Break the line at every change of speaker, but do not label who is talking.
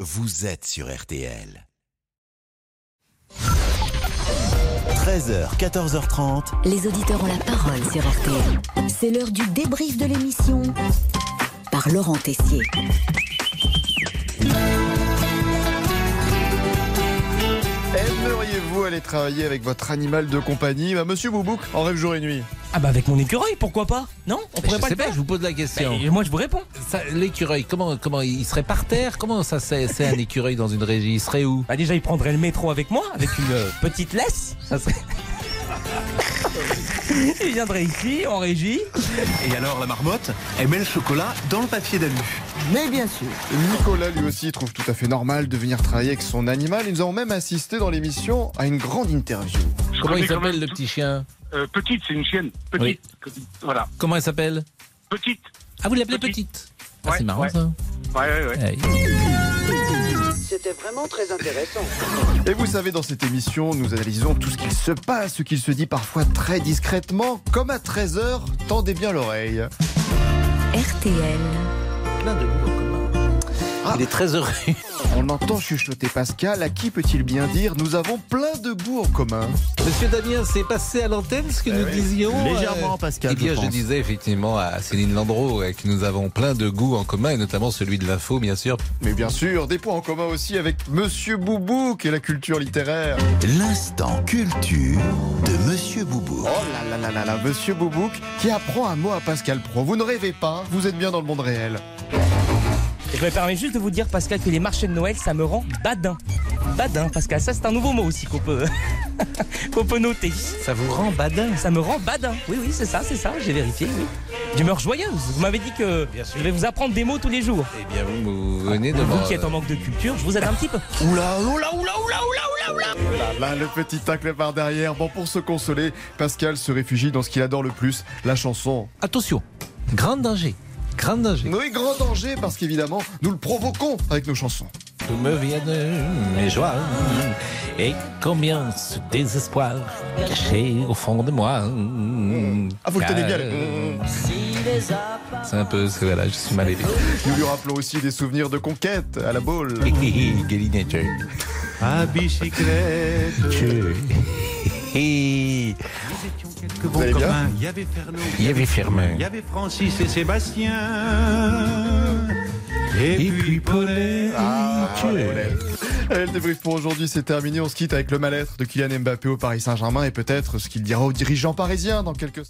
vous êtes sur RTL. 13h, 14h30.
Les auditeurs ont la parole sur RTL. C'est l'heure du débrief de l'émission par Laurent Tessier.
Aimeriez-vous aller travailler avec votre animal de compagnie Bah, Monsieur Boubouk, en rêve jour et nuit.
Ah bah avec mon écureuil, pourquoi pas Non On pourrait
Mais je
pas
sais
le
pas,
faire Bah,
je vous Bah, pose la question.
Et Moi je vous réponds.
Ça, L'écureuil, comment, comment il serait par terre Comment ça, c'est c'est un écureuil dans une régie Il serait où
Bah déjà il prendrait le métro avec moi, avec une euh, petite laisse. Ça serait... il viendrait ici, en régie.
Et alors la marmotte, elle met le chocolat dans le papier d'alu.
Mais bien sûr,
Nicolas, lui aussi, trouve tout à fait normal de venir travailler avec son animal. Ils ont même assisté dans l'émission à une grande interview.
Je
Comment il
connais quand
s'appelle
même
le
tout-
petit chien
euh, Petite, c'est une chienne. Petite. Voilà.
Comment il s'appelle
Petite.
Ah, vous l'appelez
Petit.
petite Ah,
Ouais,
C'est marrant
ouais.
ça. Eh,
Ouais, ouais, ouais.
Ouais.
c'était vraiment très intéressant.
Et vous savez, dans cette émission, nous analysons tout ce qu'il se passe, ce qu'il se dit parfois très discrètement, comme à 13h, tendez bien l'oreille.
RTL.
Ah.
Il est très heureux.
On entend chuchoter Pascal, à qui peut-il bien dire Nous avons plein de bouts en commun.
Monsieur Damien, c'est passé à l'antenne
Eh
ce que nous disions
Légèrement,
euh,
Pascal.
Eh bien,
je
je,
pense.
disais effectivement à Céline Landreau euh, que nous avons plein de goûts en commun, et notamment celui de l'info, bien sûr.
Mais bien sûr, des points en commun aussi avec Monsieur Boubouk et la culture littéraire.
L'instant culture de Monsieur Boubou.
Oh là là là là là, Monsieur Boubouk qui apprend un mot à Pascal Pro. Vous ne rêvez pas, vous êtes bien dans le monde réel.
Et je me permets juste de vous dire Pascal que les marchés de Noël ça me rend badin. Badin Pascal, ça c'est un nouveau mot aussi qu'on peut, qu'on peut noter.
Ça vous rend badin
Ça me rend badin. Oui oui c'est ça, c'est ça, j'ai vérifié. oui. D'humeur joyeuse. Vous m'avez dit que
Bien sûr. bah,
je vais vous apprendre des mots tous les jours.
Eh bien, vous, vous venez de
Ah, Vous
m'en-
qui êtes en manque de culture, je vous aide un petit peu.
Là là, le petit tacle par derrière. Bon, pour se consoler, Pascal se réfugie dans ce qu'il adore le plus, la chanson.
euh, Attention, grand danger, grand danger.
Oui, grand danger parce qu'évidemment, nous le provoquons avec nos chansons.
Tout me viennent mes joies et combien ce désespoir caché au fond de moi.
Ah, vous le tenez bien.
Car-
le-
C'est un peu, c'est- voilà, je suis mal élevé.
Nous lui rappelons aussi des souvenirs de conquête à la boule.
Galinette.
À bicyclette.
Et
Nous étions quelques bons
allez bien
copains. Il y avait Fernand,
il y avait
il y
Firmin.
avait Francis et Sébastien. Et,
Et
puis
puis Paulet.
Ah, voilà, voilà. Allez, le débrief pour aujourd'hui, c'est terminé. On se quitte avec le mal-être de Kylian Mbappé au Paris Saint-Germain et peut-être ce qu'il dira aux dirigeants parisiens dans quelques